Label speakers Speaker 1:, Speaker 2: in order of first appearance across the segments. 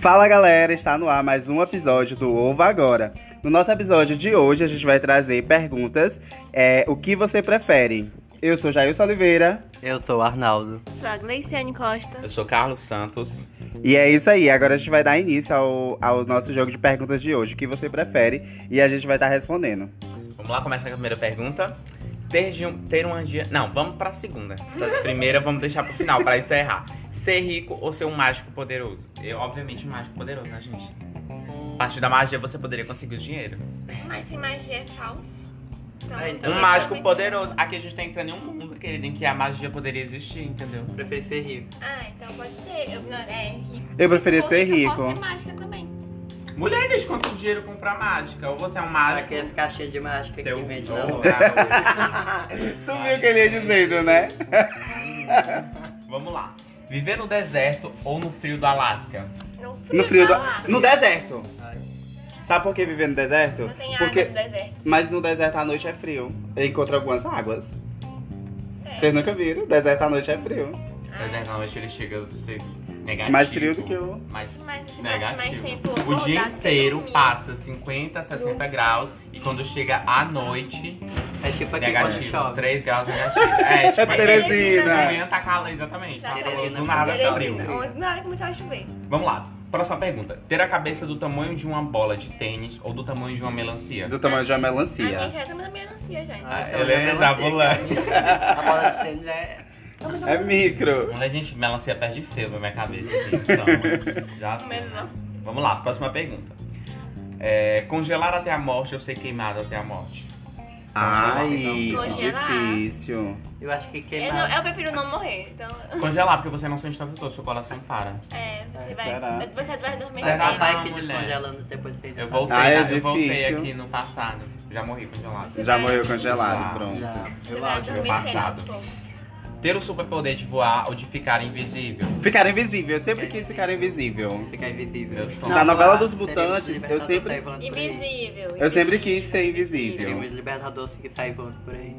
Speaker 1: Fala galera, está no ar mais um episódio do Ovo Agora. No nosso episódio de hoje a gente vai trazer perguntas. É, o que você prefere? Eu sou Jair Oliveira
Speaker 2: Eu sou o Arnaldo.
Speaker 3: Sou a Gleiciane Costa.
Speaker 4: Eu sou Carlos Santos.
Speaker 1: e é isso aí. Agora a gente vai dar início ao, ao nosso jogo de perguntas de hoje. O que você prefere? E a gente vai estar respondendo.
Speaker 4: Vamos lá, começa com a primeira pergunta. Ter, de um, ter uma dia. Não, vamos pra segunda. Essa primeira vamos deixar pro final, pra encerrar. Ser rico ou ser um mágico poderoso? Eu, obviamente, um mágico poderoso, né, gente? A partir da magia você poderia conseguir o dinheiro.
Speaker 3: Mas se magia é falso. Então,
Speaker 2: É, então
Speaker 4: Um
Speaker 2: Também
Speaker 4: mágico poderoso. Aqui a gente tá entrando em um mundo, querido, em que a magia poderia existir, entendeu?
Speaker 2: Prefiro ser rico.
Speaker 3: Ah, então pode ser. Eu, não, é rico.
Speaker 1: Eu preferia ser
Speaker 3: Eu
Speaker 1: rico.
Speaker 3: posso ser mágica também.
Speaker 4: Mulher, deixa quanto dinheiro comprar mágica. Ou você é um
Speaker 2: Para
Speaker 4: mágico.
Speaker 2: que essa caixinha de mágica que
Speaker 4: Teu
Speaker 2: vende na
Speaker 4: dom,
Speaker 2: rua.
Speaker 4: cara.
Speaker 1: Tu viu o que ele ia dizendo, né?
Speaker 4: Vamos lá. Viver no deserto ou no frio do Alasca?
Speaker 3: No frio,
Speaker 1: No frio do.
Speaker 3: tá lá.
Speaker 1: No deserto!
Speaker 2: Ai.
Speaker 1: Sabe por que viver no deserto?
Speaker 3: Não tem
Speaker 1: Porque.
Speaker 3: água no deserto.
Speaker 1: Mas no deserto à noite é frio. Eu encontro algumas águas. Vocês nunca viram? Deserto à noite é frio.
Speaker 4: Deserto à noite ele chega a ser negativo.
Speaker 1: Mais frio do que o-
Speaker 4: Mais
Speaker 3: Mas se passa mais
Speaker 4: negativo.
Speaker 3: tempo
Speaker 4: O dia
Speaker 3: acordado que
Speaker 4: inteiro
Speaker 3: dormir.
Speaker 4: passa 50, 60 graus e quando chega à noite,
Speaker 2: É tipo aqui quando
Speaker 4: negativo.
Speaker 2: chove.
Speaker 4: 3 graus negativo. É, tipo,
Speaker 1: É Teresina.
Speaker 4: De manhã tá calor, exatamente. Tá
Speaker 3: Teresina,
Speaker 4: calor, do nada tá
Speaker 3: Beleza,
Speaker 4: frio.
Speaker 3: onde- Na hora que começar a chover.
Speaker 4: Vamos lá. Próxima pergunta. Ter a cabeça do tamanho de uma bola de tênis ou do tamanho de uma melancia?
Speaker 1: Do tamanho de uma
Speaker 3: A minha
Speaker 1: melancia.
Speaker 3: já é também na minha melancia, já.
Speaker 2: Ah, então
Speaker 4: Ela é
Speaker 2: melancia.
Speaker 4: melancia.
Speaker 2: A bola de tênis é...
Speaker 1: É micro.
Speaker 4: Quando a gente melancia perde feio na minha cabeça, assim, gente. Então, já
Speaker 3: Comendo não.
Speaker 4: Vamos lá, próxima pergunta. É, congelar até a morte ou ser queimado até a morte?
Speaker 1: Ai, que
Speaker 3: Congelar.
Speaker 1: difícil.
Speaker 2: Eu acho que
Speaker 3: Eu, não, é
Speaker 2: queimar...
Speaker 3: eu prefiro não morrer. Então,
Speaker 4: Congelar, porque você não sente tanto dor, seu coração para.
Speaker 3: é, você
Speaker 1: Ai,
Speaker 3: vai.
Speaker 1: será?
Speaker 3: Você vai dormir.
Speaker 2: Vai
Speaker 4: Você vai-
Speaker 3: bem.
Speaker 2: papai que
Speaker 4: mulher.
Speaker 2: descongelando depois de seis
Speaker 4: Eu
Speaker 2: horas.
Speaker 4: voltei, né?
Speaker 1: Ah, é
Speaker 4: eu voltei
Speaker 1: difícil.
Speaker 4: aqui no passado. Já morri congelado.
Speaker 3: tá-
Speaker 1: Já morreu congelado, pronto.
Speaker 2: Já.
Speaker 3: Você vai
Speaker 4: ódio,
Speaker 3: dormir
Speaker 4: meu
Speaker 3: sem
Speaker 4: passado.
Speaker 3: aos poucos.
Speaker 4: Ter o superpoder de voar ou de ficar invisível?
Speaker 1: Ficar invisível, eu sempre quis ficar invisível.
Speaker 2: Ficar invisível.
Speaker 4: Meu sonho.
Speaker 1: Na
Speaker 2: vou
Speaker 1: novela
Speaker 2: lá.
Speaker 1: dos
Speaker 2: Seria muito
Speaker 1: Mutantes, eu
Speaker 2: libertador
Speaker 1: sempre-
Speaker 2: sair voando por aí.
Speaker 3: Invisível.
Speaker 1: Eu sempre quis ser invisível.
Speaker 2: Seria muito libertador se que sair voando por aí.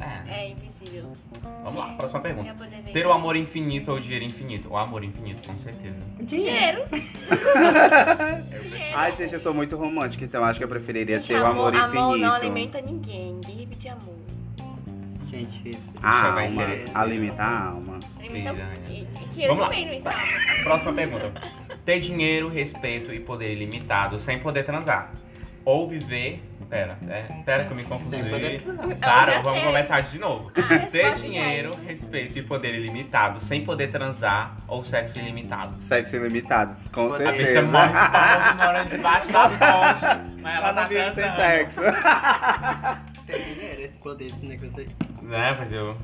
Speaker 4: É.
Speaker 3: É invisível.
Speaker 4: Vamos lá, próxima
Speaker 3: Eu ia
Speaker 4: pergunta.
Speaker 3: poder ver.
Speaker 4: Ter o amor infinito ou o dinheiro infinito? O amor infinito, com certeza.
Speaker 3: Dinheiro.
Speaker 1: Ai, gente, eu sou muito romântica, então acho que eu preferiria ter o amor
Speaker 3: amor Amor não
Speaker 1: infinito.
Speaker 3: alimenta ninguém. Vive de amor.
Speaker 2: Gente,
Speaker 1: A
Speaker 4: Isso vai
Speaker 1: alma,
Speaker 4: interessar.
Speaker 1: alimenta a alma.
Speaker 3: Alimenta
Speaker 4: Piranha.
Speaker 3: e- que eu
Speaker 4: Vamos lá.
Speaker 3: também não entendo.
Speaker 4: Próxima pergunta. Ter dinheiro, respeito e poder ilimitado sem poder transar. Ou viver. Pera, é, pera que eu me confundi.
Speaker 2: Sem poder transar.
Speaker 4: Para,
Speaker 3: Eu já
Speaker 4: vamos
Speaker 3: sei.
Speaker 4: começar de novo.
Speaker 3: Ah,
Speaker 4: Ter
Speaker 3: resposta já
Speaker 4: dinheiro,
Speaker 3: é.
Speaker 4: respeito e poder ilimitado sem poder transar ou sexo ilimitado.
Speaker 1: Sexo ilimitado, com
Speaker 2: A
Speaker 4: A bicha
Speaker 1: certeza.
Speaker 4: morre de fome, mora debaixo da ponte, mas ela
Speaker 1: Ela
Speaker 4: tá
Speaker 1: não vive sem
Speaker 4: transando.
Speaker 1: sexo.
Speaker 2: tem dinheiro esse poder desse negócio aí.
Speaker 4: Né, mas eu...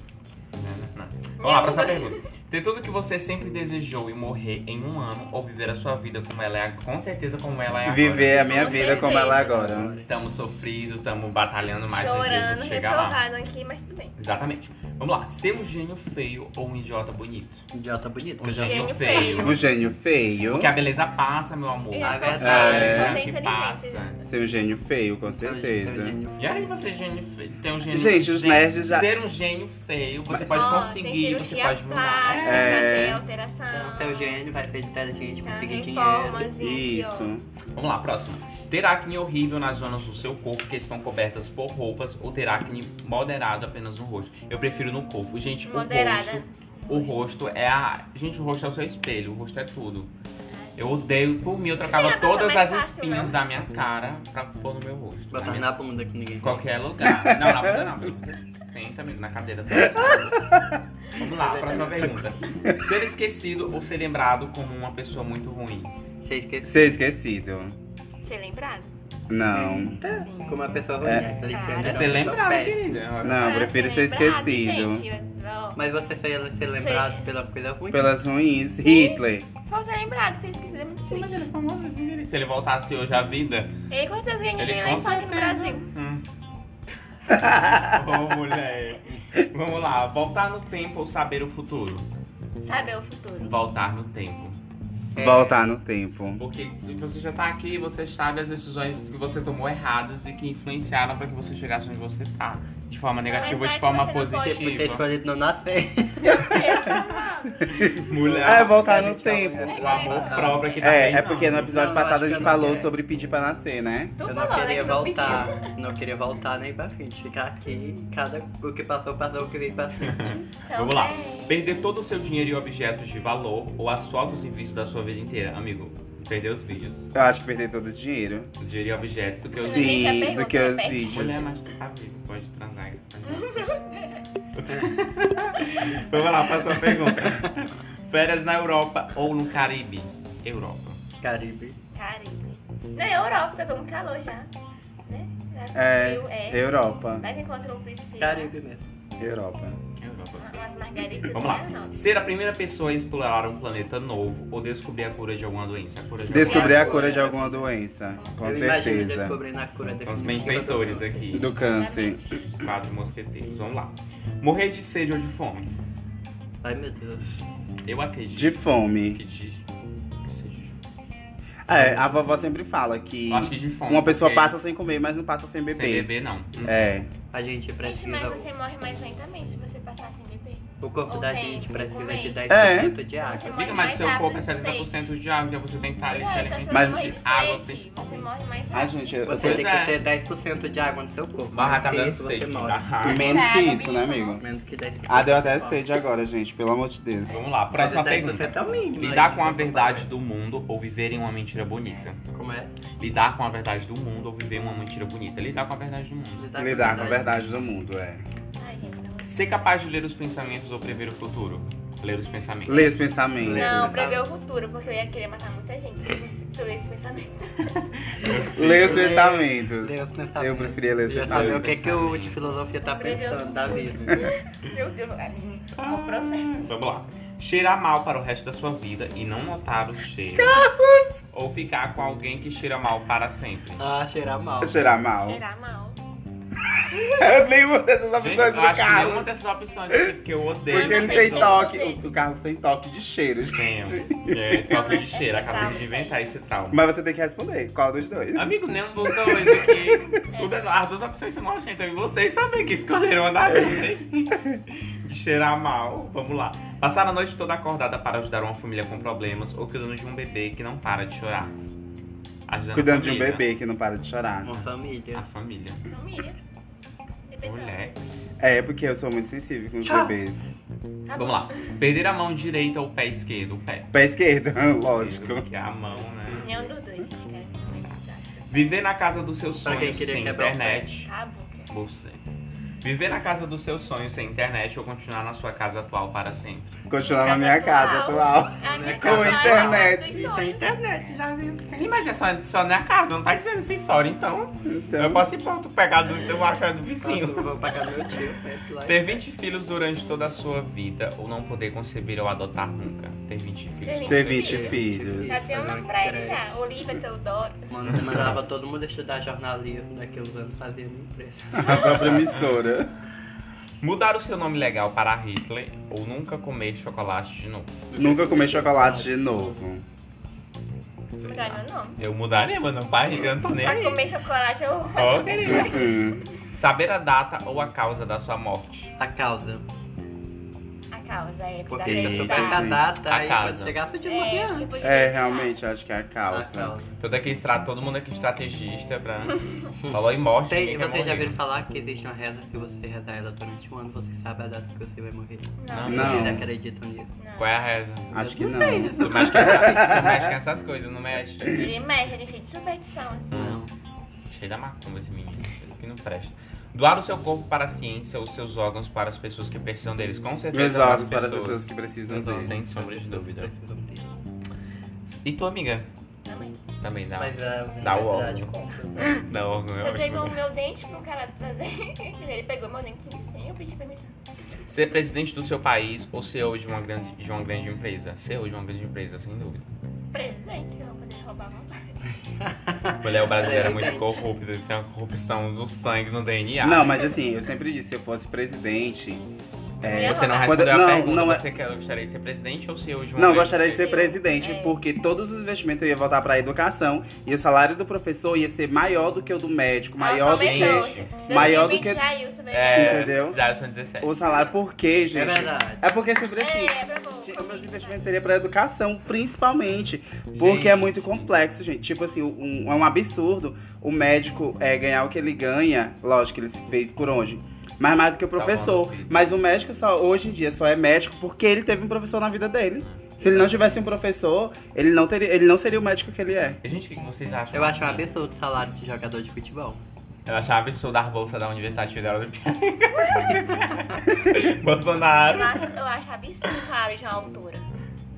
Speaker 4: Não, não, não. Vamos lá, próxima pergunta. Ter tudo que você sempre desejou e morrer em um ano ou viver a sua vida como ela é, com certeza como ela é agora.
Speaker 1: Viver a minha
Speaker 3: Com
Speaker 1: vida como ela é agora.
Speaker 4: Estamos sofridos, estamos batalhando mais vezes do
Speaker 3: Chorando,
Speaker 4: que chegar lá.
Speaker 3: reprovado aqui, mas tudo bem.
Speaker 4: Exatamente. Vamos lá. Ser um gênio feio ou um idiota bonito?
Speaker 2: Idiota bonito. né?
Speaker 4: Um
Speaker 2: que eu já vi.
Speaker 4: gênio,
Speaker 3: Gênio
Speaker 4: feio.
Speaker 3: feio.
Speaker 1: Um gênio feio.
Speaker 4: Porque a beleza passa, meu amor.
Speaker 3: Eu
Speaker 2: É
Speaker 3: sou-
Speaker 2: verdade,
Speaker 3: eu sou
Speaker 4: o
Speaker 3: bem
Speaker 4: que
Speaker 3: inteligente.
Speaker 4: passa.
Speaker 1: Ser um gênio feio, com
Speaker 2: Então,
Speaker 1: certeza.
Speaker 2: é um gênio
Speaker 4: E aí você gênio feio. Tem um gênio
Speaker 1: Gente, os
Speaker 4: gênio-
Speaker 1: nerds já-
Speaker 4: Ser um gênio feio, você pode
Speaker 3: Ó,
Speaker 4: conseguir,
Speaker 3: tem
Speaker 4: você
Speaker 3: cirurgia
Speaker 4: pode mudar.
Speaker 3: plástica,
Speaker 1: É.
Speaker 3: tem
Speaker 2: Então,
Speaker 3: alteração.
Speaker 2: seu gênio vai ser inteligente,
Speaker 4: tipo
Speaker 3: tem
Speaker 2: conseguir dinheiro.
Speaker 3: reformas e aqui, ó.
Speaker 1: Isso.
Speaker 4: Vamos lá, próximo. Ter acne horrível nas zonas do seu corpo que estão cobertas por roupas ou ter acne moderado apenas no rosto. Eu prefiro no corpo. Gente,
Speaker 3: Moderada.
Speaker 4: o rosto. O rosto é a. Gente, o rosto é o seu espelho, o rosto é tudo. Eu odeio, por mim, eu trocava
Speaker 3: É, mas
Speaker 4: todas
Speaker 3: é mais
Speaker 4: as
Speaker 3: fácil,
Speaker 4: espinhas
Speaker 3: né?
Speaker 4: da minha cara pra pôr no meu rosto. na
Speaker 2: Botar
Speaker 4: minha-
Speaker 2: na bunda que ninguém
Speaker 4: Em qualquer lugar. Não, na bunda não, meu. Senta, amigo, na cadeira. tá? Vamos lá, próxima pergunta. Ser esquecido ou ser lembrado como uma pessoa muito ruim?
Speaker 2: Você esqueceu.
Speaker 1: Ser esquecido.
Speaker 3: Você é lembrado?
Speaker 1: Não.
Speaker 2: Como uma pessoa ruim,
Speaker 1: É.
Speaker 2: né?
Speaker 3: Cara.
Speaker 4: É ser lembrado, querida.
Speaker 1: Não, eu prefiro ser esquecido.
Speaker 3: é Gente, ó.
Speaker 2: Mas você ser, ser lembrado pela coisa ruim?
Speaker 1: Pelas ruins. Hitler.
Speaker 3: Só ser lembrado, vocês precisam muito
Speaker 4: Sim, mas
Speaker 3: difícil.
Speaker 4: ele é famoso, assim, Se ele voltasse hoje à vida.
Speaker 3: Ele com certeza
Speaker 4: Ele
Speaker 3: ganharia
Speaker 4: com
Speaker 3: eleição aqui no
Speaker 4: certeza.
Speaker 3: Brasil.
Speaker 4: Hum. Ô, mulher. Vamos lá. Voltar no tempo ou saber o futuro?
Speaker 3: Sabe, é o futuro.
Speaker 4: Voltar no tempo.
Speaker 2: É.
Speaker 1: Voltar no tempo.
Speaker 4: Porque você já tá aqui, você sabe as decisões que você tomou erradas e que influenciaram pra que você chegasse onde você tá. de forma negativa ou
Speaker 3: mas
Speaker 4: de forma
Speaker 3: você não pode-
Speaker 2: Porque Tipo, ter
Speaker 4: positiva.
Speaker 2: escolhido não nascer.
Speaker 4: Mulher,
Speaker 1: Ah, é voltar
Speaker 2: a
Speaker 1: no
Speaker 2: gente fala,
Speaker 1: tempo.
Speaker 2: né?
Speaker 4: o amor próprio que tá
Speaker 1: É,
Speaker 4: bem,
Speaker 1: é porque no
Speaker 4: não.
Speaker 1: episódio
Speaker 2: Não,
Speaker 1: passado
Speaker 2: acho
Speaker 1: a
Speaker 2: que
Speaker 1: gente
Speaker 2: eu não
Speaker 1: falou
Speaker 2: quero.
Speaker 1: sobre pedir pra nascer, né?
Speaker 3: Tu
Speaker 2: Eu
Speaker 3: falou,
Speaker 2: não queria
Speaker 3: né, que tu
Speaker 2: voltar.
Speaker 3: pediu.
Speaker 2: Não queria voltar nem pra frente. Ficar aqui, cada o que passou, passou, o que veio pra frente.
Speaker 3: Então,
Speaker 4: Vamos lá.
Speaker 3: é.
Speaker 4: Perder todo o seu dinheiro e objetos de valor ou as fotos e vídeos da sua vida inteira. Amigo, perder os vídeos.
Speaker 1: Eu acho que perder todo o dinheiro.
Speaker 4: O dinheiro e objetos do que os
Speaker 3: Sim.
Speaker 4: vídeos.
Speaker 3: Gente, a
Speaker 1: Sim,
Speaker 3: pergunta
Speaker 1: do que
Speaker 3: é
Speaker 1: os
Speaker 3: perto.
Speaker 1: vídeos.
Speaker 4: Mulher, mas tu tá vivo, pode transar. Vamos Então lá, passa a pergunta. Férias na Europa ou no Caribe? Europa.
Speaker 2: Caribe.
Speaker 3: Caribe. Não, é Europa, porque eu tô com calor já. Né? Já
Speaker 1: É,
Speaker 3: frio, é.
Speaker 1: Europa.
Speaker 3: Vai que encontra um príncipe. lá,
Speaker 2: Caribe mesmo.
Speaker 1: Europa.
Speaker 4: Europa.
Speaker 3: Umas margaridas.
Speaker 4: Vamos
Speaker 3: né, não?
Speaker 4: lá. Ah, Ser a primeira pessoa a explorar um planeta novo ou descobrir a cura de alguma doença? A cura de
Speaker 1: Descobrir a
Speaker 4: alguma
Speaker 1: cura de alguma doença. Com
Speaker 2: eu imagino
Speaker 1: certeza.
Speaker 2: descobrindo a cura
Speaker 4: doença. Os
Speaker 2: definitiva.
Speaker 4: benfeitores
Speaker 2: do-
Speaker 4: aqui.
Speaker 1: Do câncer.
Speaker 4: Os quatro mosqueteiros. Vamos lá. Morrer de sede ou de fome?
Speaker 2: Ai meu Deus.
Speaker 4: Eu acredito.
Speaker 1: De fome.
Speaker 4: que de... de sede.
Speaker 1: É, a vovó sempre fala que
Speaker 4: Eu Acho que de fome.
Speaker 1: uma pessoa
Speaker 4: porque
Speaker 1: passa sem comer, mas não passa sem
Speaker 4: sem
Speaker 1: beber.
Speaker 4: beber, não.
Speaker 1: É.
Speaker 2: A gente
Speaker 3: Gente, mas
Speaker 2: precisa.
Speaker 3: você morre mais lentamente se você passar assim sem beber.
Speaker 2: O corpo da
Speaker 3: Ou tem
Speaker 2: gente
Speaker 3: que
Speaker 2: precisa
Speaker 3: comer.
Speaker 2: de 10% de
Speaker 3: É.
Speaker 2: água.
Speaker 4: Fica,
Speaker 3: mais
Speaker 4: mas seu
Speaker 3: rápido
Speaker 4: corpo é
Speaker 3: que
Speaker 4: 70% de água, então você tem que estar ali se
Speaker 3: É, então
Speaker 4: alimentando
Speaker 1: Mas-
Speaker 3: você morre
Speaker 4: de
Speaker 3: de
Speaker 4: água,
Speaker 3: sede, você
Speaker 4: principalmente.
Speaker 3: morre mais
Speaker 1: Ai,
Speaker 3: rápido.
Speaker 1: gente, eu,
Speaker 2: Você
Speaker 4: Pois
Speaker 2: tem
Speaker 4: é.
Speaker 2: que ter 10% de água no seu corpo.
Speaker 4: Barra tá
Speaker 2: Porque
Speaker 4: dando
Speaker 2: isso você
Speaker 4: sede.
Speaker 2: morre.
Speaker 4: Barra.
Speaker 1: menos que
Speaker 3: Nada,
Speaker 1: isso, né,
Speaker 3: menino?
Speaker 1: amigo?
Speaker 2: Menos que 10%.
Speaker 1: Ah, deu até
Speaker 2: de água.
Speaker 1: sede agora, gente, pelo amor de Deus.
Speaker 4: Vamos lá, próxima
Speaker 2: Mas até
Speaker 4: pergunta.
Speaker 2: você tá mínimo,
Speaker 4: Lidar
Speaker 2: né?
Speaker 4: com a verdade do mundo ou viver em uma mentira bonita?
Speaker 2: Como é?
Speaker 4: Lidar com a verdade do mundo ou viver em uma mentira bonita? Lidar com a verdade do mundo.
Speaker 1: Lidar com a verdade do mundo, é.
Speaker 3: Ai, gente, tá bom.
Speaker 4: Ser capaz de ler os pensamentos ou prever o futuro? Ler os pensamentos.
Speaker 1: Lê os pensamentos.
Speaker 3: Não,
Speaker 2: Beleza.
Speaker 3: pra ver o futuro, porque eu ia querer matar muita gente se eu esse pensamento.
Speaker 1: Lê os
Speaker 2: Lê-
Speaker 1: pensamentos.
Speaker 2: Lê os pensamentos.
Speaker 1: Eu preferia ler os
Speaker 2: Ia
Speaker 1: pensamentos.
Speaker 2: saber o que, é que o de filosofia tá pensando da vida.
Speaker 3: Meu Deus, galinho. Um processo.
Speaker 4: Ah, Vamos lá. Cheirar mal para o resto da sua vida e não notar o cheiro. Ou ficar com alguém que cheira mal para sempre.
Speaker 2: Ah, cheirar mal.
Speaker 1: Cheirar mal.
Speaker 3: Cheirar mal.
Speaker 1: Eu lembro dessas
Speaker 4: Gente,
Speaker 1: opções
Speaker 4: eu
Speaker 1: do
Speaker 4: acho que nenhuma
Speaker 1: Carlos.
Speaker 4: dessas opções aqui, porque eu odeio.
Speaker 1: Porque ele
Speaker 3: Mas
Speaker 1: tem
Speaker 3: tem
Speaker 1: toque.
Speaker 3: toque.
Speaker 1: O, o Carlos tem toque de cheiro,
Speaker 4: Tenho.
Speaker 1: gente.
Speaker 4: É, toque de
Speaker 3: Mas é
Speaker 4: cheiro. Acabei
Speaker 3: trauma,
Speaker 4: de inventar esse trauma.
Speaker 1: Mas você tem que responder. Qual dos dois?
Speaker 4: Amigo, um nenhum dos dois aqui. Tudo é, as duas opções são nojentas. E vocês também que escolheram a da vida, hein? De cheirar mal. Vamos lá. Passar a noite toda acordada para ajudar uma família com problemas ou cuidando de um bebê que não para de chorar. Ajudando a
Speaker 1: Cuidando de um
Speaker 4: família.
Speaker 1: bebê que não para de chorar.
Speaker 2: Uma
Speaker 4: A
Speaker 2: família.
Speaker 4: família.
Speaker 3: Família.
Speaker 4: Mulher.
Speaker 1: É, porque eu sou muito sensível com os
Speaker 2: Tchau.
Speaker 1: bebês.
Speaker 3: Tá bom.
Speaker 4: Vamos lá. Perder a mão direita ou o pé esquerdo? O pé.
Speaker 1: Pé esquerdo, lógico.
Speaker 4: Que é a mão, né?
Speaker 3: Nenhum um dos dois, gente, cara.
Speaker 4: Viver na casa dos seus
Speaker 2: Pra quem
Speaker 4: sonhos
Speaker 2: queria
Speaker 4: sem
Speaker 2: quebrar o pé.
Speaker 4: internet.
Speaker 3: Tá bom, cara.
Speaker 4: Você. Viver na casa dos seus sonhos sem internet ou continuar na sua casa atual para sempre.
Speaker 1: Continuar na minha casa atual.
Speaker 3: É a minha
Speaker 2: Com
Speaker 3: casa,
Speaker 1: internet.
Speaker 3: é a
Speaker 2: Isso
Speaker 3: minha
Speaker 2: é
Speaker 3: casa.
Speaker 2: internet, já viu?
Speaker 4: Sim, mas é só, só na casa, não tá dizendo sem fora, então. Eu
Speaker 1: Então,
Speaker 4: posso ir pronto pegar do, do achar é do vizinho.
Speaker 2: Posso, vou pagar meu tio, peço lá. é
Speaker 4: Ter 20 filhos durante toda a sua vida ou não poder conceber ou adotar nunca. Ter 20 filhos. com
Speaker 1: ter
Speaker 4: certeza.
Speaker 1: 20 filhos.
Speaker 3: Já tem um nome pra ele já. Olivia Teodoro.
Speaker 2: Mano, eu mandava todo mundo estudar jornalismo daqui uns anos, fazia minha empresa.
Speaker 1: A própria emissora.
Speaker 4: Mudar o seu nome legal para Hitler ou nunca comer chocolate de novo.
Speaker 1: Nunca comer chocolate de novo.
Speaker 4: Sei
Speaker 3: Mudar
Speaker 4: lá.
Speaker 3: meu é nome.
Speaker 4: Eu mudaria, mas não pai, eu não tô nem
Speaker 3: Pra
Speaker 4: aí.
Speaker 3: comer chocolate eu.
Speaker 4: Ó, querida.
Speaker 1: Hum.
Speaker 4: Saber a data ou a causa da sua morte.
Speaker 2: A causa.
Speaker 3: A causa é. cuidar
Speaker 2: Porque
Speaker 1: Ei,
Speaker 2: se eu
Speaker 3: da
Speaker 2: pegar a
Speaker 1: gente.
Speaker 2: data,
Speaker 4: A
Speaker 2: aí
Speaker 4: causa.
Speaker 2: quando chegar, você de morrer
Speaker 3: É,
Speaker 2: antes. Ah,
Speaker 3: tipo de
Speaker 1: É,
Speaker 3: cuidar.
Speaker 1: realmente, acho que é a
Speaker 4: Tá,
Speaker 2: A
Speaker 1: calça.
Speaker 2: causa.
Speaker 4: Todo, aqui, estra- é todo mundo aqui estrategista pra. Falou em morte.
Speaker 2: Tem,
Speaker 4: ninguém quer
Speaker 2: vocês já
Speaker 4: morrer.
Speaker 2: ouviram falar que existe uma reza, se você rezar ela durante um ano, você sabe a data que você vai morrer.
Speaker 3: Não.
Speaker 1: Não.
Speaker 2: Vocês acreditam nisso?
Speaker 3: não.
Speaker 4: Qual é a reza?
Speaker 1: Acho que
Speaker 2: Eu
Speaker 1: não.
Speaker 2: sei.
Speaker 4: Tu mexe, com essas, tu mexe com essas coisas, não mexe.
Speaker 3: Ele mexe, ele é cheio de superstição. assim.
Speaker 2: Hum.
Speaker 4: Não. Cheio da macumba esse menino. cheio Que não presta. Doar o seu corpo para a ciência ou seus órgãos para as pessoas que precisam deles. Com
Speaker 1: Meus
Speaker 4: certeza.
Speaker 1: olhos
Speaker 4: para Então,
Speaker 1: para as pessoas que precisam dele.
Speaker 4: Sem sombra de dúvida. E tua amiga?
Speaker 3: Também.
Speaker 4: Também dá.
Speaker 2: Mas a
Speaker 4: Tá. Dá o
Speaker 2: universidade
Speaker 4: óculos.
Speaker 2: compra.
Speaker 4: Dá órgão, é
Speaker 3: Eu peguei o
Speaker 4: ótimo.
Speaker 3: meu dente pro cara trazer. Ele pegou meu dente e eu pedi pra ele.
Speaker 4: Ser presidente do seu país ou CEO de uma grande, de uma grande empresa? CEO de uma grande empresa, sem dúvida.
Speaker 3: Presidente, eu vou poder roubar uma parte.
Speaker 4: Mulher, o brasileiro é muito corrupto, tem uma corrupção do sangue no DNA.
Speaker 1: Não, mas assim, eu sempre disse, se eu fosse presidente,
Speaker 3: É,
Speaker 4: Você não
Speaker 3: agora.
Speaker 4: respondeu
Speaker 1: Quando-
Speaker 4: a
Speaker 1: não,
Speaker 4: pergunta,
Speaker 1: não é-
Speaker 4: você quer, gostaria de ser presidente ou CEO de uma
Speaker 1: Não,
Speaker 4: vez?
Speaker 1: gostaria de ser presidente,
Speaker 3: É.
Speaker 1: porque todos os investimentos iam voltar para a educação e o salário do professor ia ser maior do que o do médico, maior do que.
Speaker 3: começou.
Speaker 4: este.
Speaker 3: 2020
Speaker 1: Maior do que-
Speaker 3: Já, Ilson, vai-
Speaker 4: É,
Speaker 1: Entendeu?
Speaker 4: Já são 17.
Speaker 1: O salário, por quê, gente?
Speaker 2: É verdade.
Speaker 1: É porque sempre assim.
Speaker 3: É, pra bom.
Speaker 1: Os meus investimentos seriam pra educação, principalmente. Porque é muito complexo, gente. Tipo assim, um- é um absurdo o médico é, ganhar o que ele ganha. Lógico que ele se fez por onde? Mais mais do que o professor.
Speaker 4: Salvando vidas.
Speaker 1: Mas o médico só, hoje em dia só é médico porque ele teve um professor na vida dele. Se ele não tivesse um professor, ele não, teria, ele não seria o médico que ele é.
Speaker 4: E, Gente, o que que vocês acham?
Speaker 2: Eu acho um
Speaker 4: assim?
Speaker 2: absurdo o salário de jogador de futebol.
Speaker 4: Eu acho um absurdo dar bolsa da Universidade Federal do Piauí. Bolsonaro.
Speaker 3: Eu acho, eu acho absurdo, claro, de uma altura.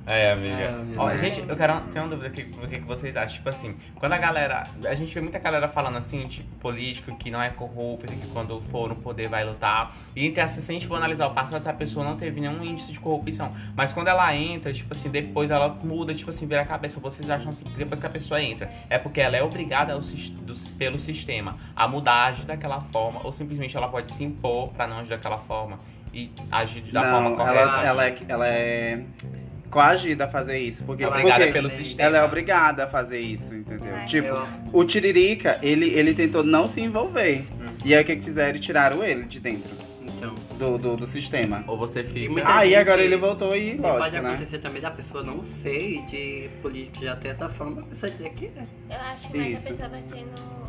Speaker 4: É, amiga.
Speaker 2: É, amiga.
Speaker 4: Ó, gente, eu quero ter uma dúvida aqui, do que, que vocês acham. Tipo assim, quando a galera. A gente vê muita galera falando assim, tipo, político que não é corrupto, que quando for no poder vai lutar. E entre assim, se a gente for analisar o passado, essa pessoa não teve nenhum índice de corrupção. Mas quando ela entra, tipo assim, depois ela muda, tipo assim, vira a cabeça. Vocês acham assim, que depois que a pessoa entra, é porque ela é obrigada ao sis- do- pelo sistema a mudar, agir daquela forma, ou simplesmente ela pode se impor pra não agir daquela forma e agir da forma
Speaker 1: não,
Speaker 4: correta.
Speaker 1: ela, ela, é- ela é coagida a fazer isso. Porque,
Speaker 4: É obrigada
Speaker 1: porque
Speaker 4: pelo
Speaker 2: ela é
Speaker 4: sistema.
Speaker 1: ela é obrigada a fazer isso, entendeu?
Speaker 3: Ai,
Speaker 1: Tipo,
Speaker 2: Eu-
Speaker 1: O Tiririca, ele, ele tentou não se envolver.
Speaker 4: Hum.
Speaker 1: E aí o que que fizeram? Tiraram ele de dentro
Speaker 2: então,
Speaker 1: do, do, do sistema.
Speaker 4: Ou você fica. Ah,
Speaker 2: E muita
Speaker 1: Aí
Speaker 2: gente-
Speaker 1: agora ele voltou e,
Speaker 2: E pode
Speaker 1: lógico, né?
Speaker 2: acontecer também da pessoa não ser e de político já ter essa fama, a pessoa dizer que é.
Speaker 3: Eu acho que mais
Speaker 1: Isso.
Speaker 3: a pessoa vai sendo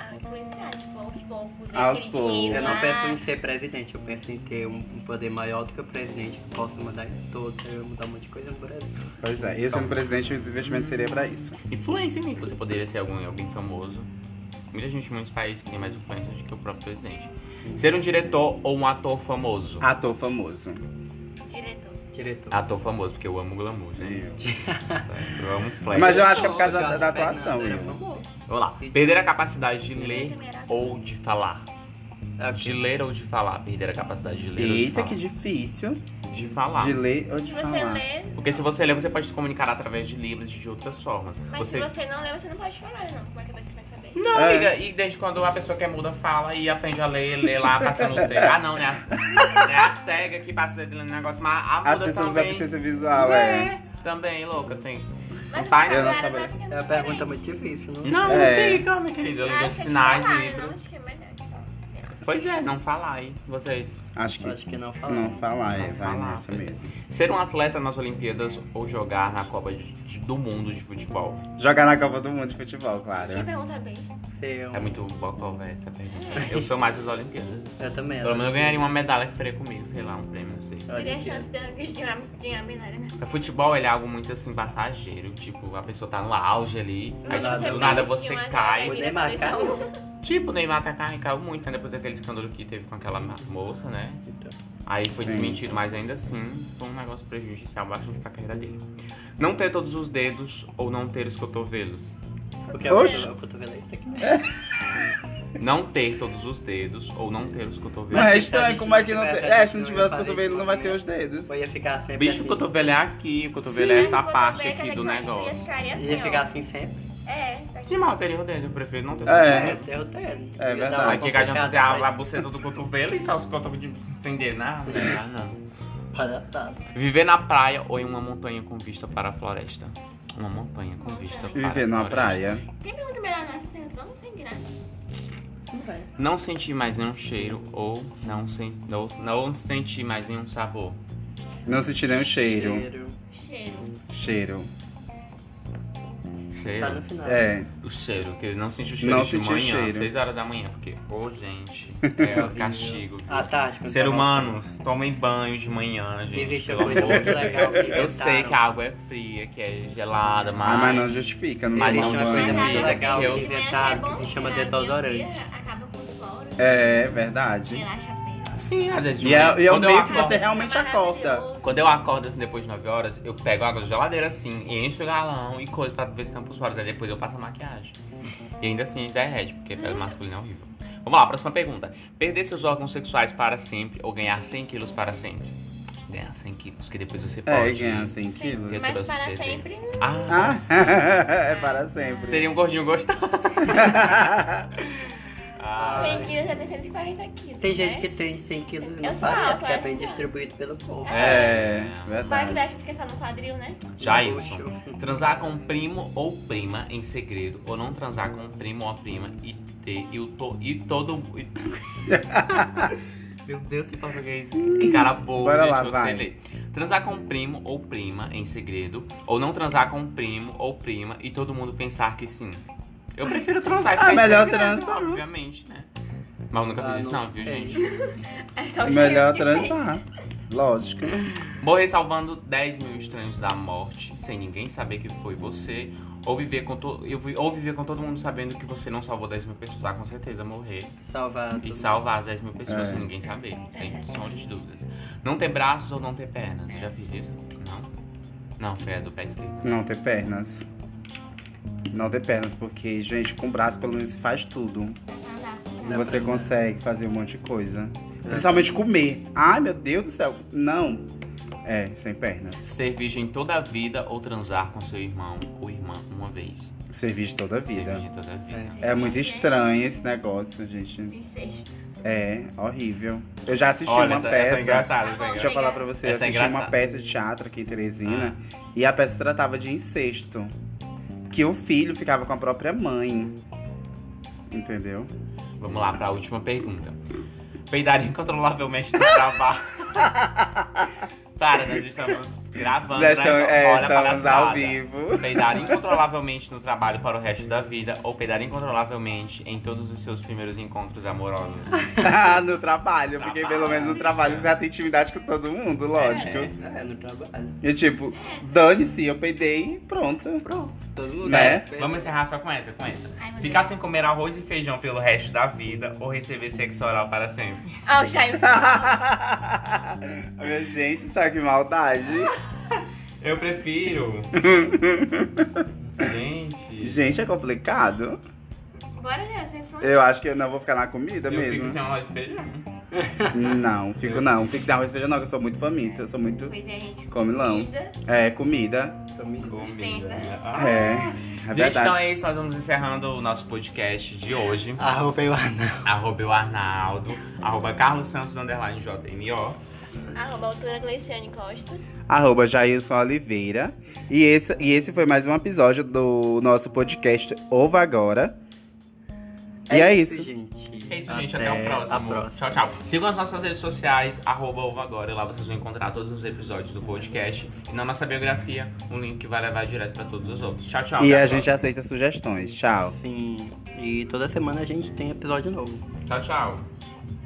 Speaker 3: ah, influenciada, tipo, aos poucos. né?
Speaker 1: Aos
Speaker 3: Aquele
Speaker 1: poucos.
Speaker 3: dinheiro
Speaker 4: é
Speaker 2: Eu
Speaker 4: Ah.
Speaker 2: não
Speaker 3: lá.
Speaker 2: penso em ser presidente, eu penso em ter um, um poder maior do que o presidente, que possa mudar em tudo, eu ia mudar um monte de coisa no Brasil.
Speaker 1: Pois é, eu sendo presidente, os investimentos seria pra isso.
Speaker 4: Influência em mim. Você poderia ser algum, alguém famoso. Muita gente em muitos países que tem mais influência do que o próprio presidente. Ser um diretor ou um ator famoso?
Speaker 1: Ator famoso.
Speaker 3: Diretor.
Speaker 2: Diretor.
Speaker 1: Ah.
Speaker 4: Ator famoso, porque eu amo glamour, né? Eu amo flash.
Speaker 1: Mas eu acho que é por causa
Speaker 2: Carlos
Speaker 1: da- da atuação,
Speaker 2: Fernando era
Speaker 1: Will.
Speaker 2: famoso.
Speaker 4: Vamos lá. Perder a capacidade de ler ou de falar?
Speaker 2: É,
Speaker 4: De ler ou de falar? Perder a capacidade de ler
Speaker 1: Eita,
Speaker 4: ou
Speaker 1: que
Speaker 4: de
Speaker 1: difícil
Speaker 4: falar? De falar.
Speaker 1: de ler ou de
Speaker 3: Se você
Speaker 1: falar.
Speaker 3: lê,
Speaker 4: Porque se você ler, você pode se comunicar através de livros e de outras formas.
Speaker 3: mas
Speaker 4: Você... Hum.
Speaker 3: se você não lê, você não pode falar, não. Como é que você vai saber?
Speaker 4: Não,
Speaker 1: É.
Speaker 4: amiga, e desde quando a pessoa que é muda fala e aprende a ler, lê lá, passando o dedo. Ah, não, né? A, é a cega que passa o dedo no negócio, mas a muda
Speaker 1: As pessoas da
Speaker 4: também.
Speaker 1: deficiência visual, é.
Speaker 4: Também, louca, tem.
Speaker 3: Mas
Speaker 4: Pai,
Speaker 1: eu não
Speaker 3: falar,
Speaker 1: sabia.
Speaker 3: vai ficar
Speaker 2: é uma
Speaker 3: diferente.
Speaker 2: pergunta muito difícil, não?
Speaker 4: Não,
Speaker 1: É.
Speaker 4: não tem, calma, querida. Eu
Speaker 3: Ah,
Speaker 4: ligo
Speaker 3: você
Speaker 4: sinais,
Speaker 3: falar, eu não
Speaker 4: livros.
Speaker 3: acho que é melhor.
Speaker 4: Pois é, não falar aí, vocês.
Speaker 1: Acho
Speaker 2: Eu Acho
Speaker 1: que.
Speaker 2: que não fala.
Speaker 1: Não falar, é,
Speaker 4: Não
Speaker 1: vai
Speaker 4: falar,
Speaker 1: nessa
Speaker 4: pois é.
Speaker 1: mesmo.
Speaker 4: Ser um atleta nas Olimpíadas ou jogar na Copa de- de- do Mundo de futebol?
Speaker 1: Jogar na Copa do Mundo de futebol, claro.
Speaker 3: Deixa eu perguntar bem.
Speaker 2: Ser um-
Speaker 4: É muito bocó, velho, essa pergunta. Eu sou mais das Olimpíadas.
Speaker 2: Eu também.
Speaker 4: Pelo menos eu ganharia uma medalha que faria comigo, sei lá, um prêmio, não sei.
Speaker 3: Teria a chance de eu ganhar ganhar binário, né?
Speaker 4: O futebol ele é algo muito assim passageiro, tipo, a pessoa tá no auge ali, aí
Speaker 2: nada.
Speaker 3: é
Speaker 4: tipo, do nada você
Speaker 3: Tinha uma
Speaker 4: cai.
Speaker 3: galera
Speaker 2: Poder marcar, não.
Speaker 3: um.
Speaker 4: Tipo, o Neymar tá caindo, caiu muito, né? Depois daquele escândalo que teve com aquela ma- moça, né?
Speaker 2: Então,
Speaker 4: Aí foi
Speaker 1: Sim.
Speaker 4: desmentido, mas ainda assim foi um negócio prejudicial bastante pra carreira dele. Não ter todos os dedos ou não ter os cotovelos.
Speaker 2: Porque o
Speaker 1: Oxe.
Speaker 2: cotovelo- o cotovelo é isso aqui, né?
Speaker 4: Não ter todos os dedos ou não ter
Speaker 1: Mas
Speaker 4: os cotovelos.
Speaker 1: é
Speaker 2: Mas se a
Speaker 1: estranho,
Speaker 2: gente
Speaker 1: como é que não
Speaker 2: não
Speaker 1: tem.
Speaker 2: tivesse
Speaker 1: É, se não
Speaker 2: essa
Speaker 1: tiver os
Speaker 2: parede,
Speaker 1: cotovelos, não vai ter os dedos.
Speaker 2: Eu ia ficar sempre
Speaker 4: Bicho,
Speaker 2: assim.
Speaker 4: o cotovelo é aqui, o cotovelo é
Speaker 3: Sim,
Speaker 4: essa
Speaker 3: quando
Speaker 4: parte
Speaker 3: pega,
Speaker 4: aqui do
Speaker 3: daqui, Ia
Speaker 4: negócio.
Speaker 3: ficar assim,
Speaker 2: Ia
Speaker 3: ó.
Speaker 2: ficar assim sempre.
Speaker 3: É, tá aqui.
Speaker 4: Se mal teria o dedo, eu prefiro não ter os
Speaker 1: É.
Speaker 4: cotovelos.
Speaker 2: Eu tenho, eu tenho.
Speaker 1: É
Speaker 2: Ia dar
Speaker 1: verdade.
Speaker 2: uma
Speaker 4: Aqui que a gente tem
Speaker 2: complicada,
Speaker 4: a, a buceta do cotovelo e só os cotovelos de acender, né? Não, não.
Speaker 2: mas baratada.
Speaker 4: Viver na praia ou em uma montanha com vista para a floresta? Uma montanha com vista para a
Speaker 1: Viver numa
Speaker 4: floresta.
Speaker 1: praia.
Speaker 3: Quem pergunta melhor nessa? Você entrou, não tem graça.
Speaker 2: Não é.
Speaker 4: Não sentir mais nenhum cheiro ou não, sen ou não sentir mais nenhum sabor.
Speaker 1: Não sentir nenhum cheiro.
Speaker 2: Cheiro.
Speaker 3: Cheiro.
Speaker 1: Cheiro.
Speaker 2: Tá
Speaker 4: Cheiro?
Speaker 2: no final.
Speaker 1: É.
Speaker 4: O cheiro, que ele não sente o cheiro
Speaker 1: Não
Speaker 4: de
Speaker 1: sentir o
Speaker 4: manhã,
Speaker 1: cheiro.
Speaker 4: 6 horas da manhã, porque, ô gente, é o castigo. viu?
Speaker 2: A tarde. quando
Speaker 4: Ser
Speaker 2: tava-
Speaker 4: humanos, tomem banho de manhã, gente.
Speaker 2: Existe
Speaker 4: pelo
Speaker 2: uma coisa
Speaker 4: amor
Speaker 2: muito
Speaker 4: de
Speaker 2: legal
Speaker 4: Deus.
Speaker 2: que
Speaker 4: Eu sei
Speaker 2: inventaram.
Speaker 4: que a água é fria, que é gelada,
Speaker 1: Ah,
Speaker 4: mas.
Speaker 1: mas não justifica, não
Speaker 4: Mas
Speaker 1: tomar
Speaker 4: não
Speaker 1: banho.
Speaker 4: justifica.
Speaker 3: Mas
Speaker 4: vida,
Speaker 3: agora,
Speaker 4: legal,
Speaker 3: pimenta
Speaker 2: inventaram,
Speaker 3: é bom
Speaker 2: que se chama
Speaker 3: tirar,
Speaker 2: desodorante.
Speaker 3: porque Acaba com os poros.
Speaker 1: É verdade.
Speaker 3: Relaxa a pele.
Speaker 4: Sim, às vezes de
Speaker 1: E é,
Speaker 4: manhã.
Speaker 1: e é o
Speaker 4: Quando eu
Speaker 1: meio que
Speaker 4: acordo-
Speaker 1: você realmente acorda.
Speaker 3: Maravilhoso.
Speaker 4: Quando eu acordo assim depois de 9 horas, eu pego água da geladeira assim, e encho o galão e coisa pra ver se estão suaves. Aí depois eu passo a maquiagem. E ainda assim derrete, porque pele masculina é horrível. Vamos lá, próxima pergunta. Perder seus órgãos sexuais para sempre ou ganhar 100 quilos para sempre? Ganhar 100 quilos, que depois você pode.
Speaker 1: É, ganha 100 quilos.
Speaker 4: Sim.
Speaker 3: Mas para
Speaker 4: Retroceder.
Speaker 3: sempre,
Speaker 4: Ah,
Speaker 1: Ah,
Speaker 4: sim.
Speaker 1: é para sempre.
Speaker 4: Seria um gordinho gostoso. Ai.
Speaker 3: 100 quilos é 340 quilos.
Speaker 2: Tem
Speaker 3: né?
Speaker 2: gente que tem 100 quilos e
Speaker 3: Eu
Speaker 2: não
Speaker 3: sou
Speaker 2: parece,
Speaker 3: alta,
Speaker 2: porque é
Speaker 3: eu
Speaker 2: bem
Speaker 3: sou alta.
Speaker 2: distribuído pelo corpo.
Speaker 1: É,
Speaker 3: Vai que
Speaker 1: verdade.
Speaker 3: deve ficar só no quadril, né?
Speaker 4: é, Jailson, transar com um primo ou prima em segredo, ou não transar com um primo ou prima e ter e, o to, e todo. e tu- Meu Deus, que português. Que cara boa,
Speaker 1: Bora
Speaker 4: gente,
Speaker 1: lá,
Speaker 4: você
Speaker 1: vai.
Speaker 4: lê. Transar com um primo ou prima em segredo, ou não transar com um primo ou prima e todo mundo pensar que sim. Eu prefiro transar e
Speaker 1: Ah,
Speaker 4: ficar em
Speaker 1: melhor
Speaker 4: segredo,
Speaker 1: transa, né?
Speaker 4: Obviamente, né? Mas eu nunca
Speaker 2: Ah,
Speaker 4: fiz isso,
Speaker 2: não
Speaker 4: não viu,
Speaker 2: sei.
Speaker 4: gente?
Speaker 3: Aí tá o
Speaker 1: Melhor
Speaker 3: cheiro que
Speaker 1: transar. Lógico.
Speaker 4: Morrer salvando 10 mil estranhos da morte, sem ninguém saber que foi você, ou viver com, to... eu vi- ou viver com todo mundo sabendo que você não salvou 10 mil pessoas, ah, com certeza morrer.
Speaker 2: Salvar
Speaker 4: E
Speaker 2: tudo.
Speaker 4: salvar as 10 mil pessoas
Speaker 1: É.
Speaker 4: sem ninguém saber, sem sombra de dúvidas. Não ter braços ou não ter pernas, eu já fiz isso? Não? Não, foi a do pé esquerdo.
Speaker 1: Não ter pernas. Não ter pernas, porque, gente, com o braço pelo menos se faz tudo.
Speaker 3: Não dá.
Speaker 2: Dá
Speaker 1: Você
Speaker 2: pra-
Speaker 1: consegue fazer um monte de coisa.
Speaker 2: É.
Speaker 1: Principalmente comer. Ai, meu Deus do céu. Não. É, sem pernas.
Speaker 4: Ser virgem toda a vida ou transar com seu irmão ou irmã uma vez.
Speaker 1: Serviço toda a
Speaker 4: Ser
Speaker 1: vida.
Speaker 4: virgem toda a vida.
Speaker 1: É muito estranho esse negócio, gente.
Speaker 3: Incesto.
Speaker 1: É, horrível. Eu já assisti uma
Speaker 4: Olha, essa,
Speaker 1: peça.
Speaker 4: essa é engraçada, essa é
Speaker 1: Deixa eu
Speaker 4: engraçada.
Speaker 1: falar pra você. Eu
Speaker 4: Essa é
Speaker 1: assisti uma
Speaker 4: engraçada. Ah.
Speaker 1: peça de teatro aqui em Teresina e a peça tratava de incesto. Que o filho ficava com a própria mãe. Entendeu?
Speaker 4: Vamos lá pra última pergunta. Peidar incontrolavelmente no trabalho. Para, nós estamos gravando.
Speaker 1: Nós
Speaker 4: né?
Speaker 1: estamos, é,
Speaker 4: Olha a
Speaker 1: estamos ao
Speaker 4: palhaçada.
Speaker 1: vivo.
Speaker 4: Peidar incontrolavelmente no trabalho para o resto da vida ou peidar incontrolavelmente em todos os seus primeiros encontros amorosos.
Speaker 1: no trabalho, porque pelo menos no trabalho você já tem intimidade com todo mundo, lógico.
Speaker 4: É.
Speaker 2: É, no trabalho.
Speaker 1: E tipo, dane-se, eu peidei e pronto.
Speaker 2: Pronto, todo mundo.
Speaker 1: Né?
Speaker 2: Bem-
Speaker 4: Vamos encerrar só com essa, com essa.
Speaker 3: Ai, meu
Speaker 4: Ficar sem comer arroz e feijão pelo resto da vida ou receber sexo oral para sempre.
Speaker 3: Ah, o Jair.
Speaker 1: Minha gente, sabe que maldade.
Speaker 4: Eu prefiro. Gente.
Speaker 1: Gente, é complicado.
Speaker 3: Bora, Jair, você entrou.
Speaker 1: Eu acho que eu não vou ficar na comida
Speaker 4: Eu
Speaker 1: mesmo.
Speaker 4: fico sem arroz e feijão.
Speaker 1: Não, fico não. Fico sem arroz e feijão não, que eu sou muito faminta. Eu sou muito...
Speaker 3: Pois é, gente.
Speaker 1: Come não.
Speaker 3: comida.
Speaker 1: É, comida.
Speaker 2: Família.
Speaker 4: Comida. Ah,
Speaker 1: É, é
Speaker 4: Gente, então
Speaker 1: verdade.
Speaker 4: é isso. Nós vamos encerrando o nosso podcast de hoje.
Speaker 2: Arroba Ah, eu anão.
Speaker 4: Arroba eu Arnaldo, arroba Carlos Santos, underline JMO.
Speaker 3: Arroba altura Gleiciane Costa.
Speaker 1: Arroba Jailson Oliveira. E esse, e esse foi mais um episódio do nosso podcast Ova Agora. E é isso.
Speaker 2: gente.
Speaker 4: É isso, gente. Até, o próximo.
Speaker 2: A próxima.
Speaker 4: Tchau, tchau. Sigam as nossas redes sociais, arroba Ovo Agora. Lá vocês vão encontrar todos os episódios do podcast. E na nossa biografia, um link que vai levar direto pra todos os outros. Tchau, tchau.
Speaker 1: E
Speaker 4: até
Speaker 1: a
Speaker 4: a
Speaker 1: gente aceita sugestões. Tchau.
Speaker 2: Sim. E toda semana a gente tem episódio novo.
Speaker 4: próxima. Tchau, tchau.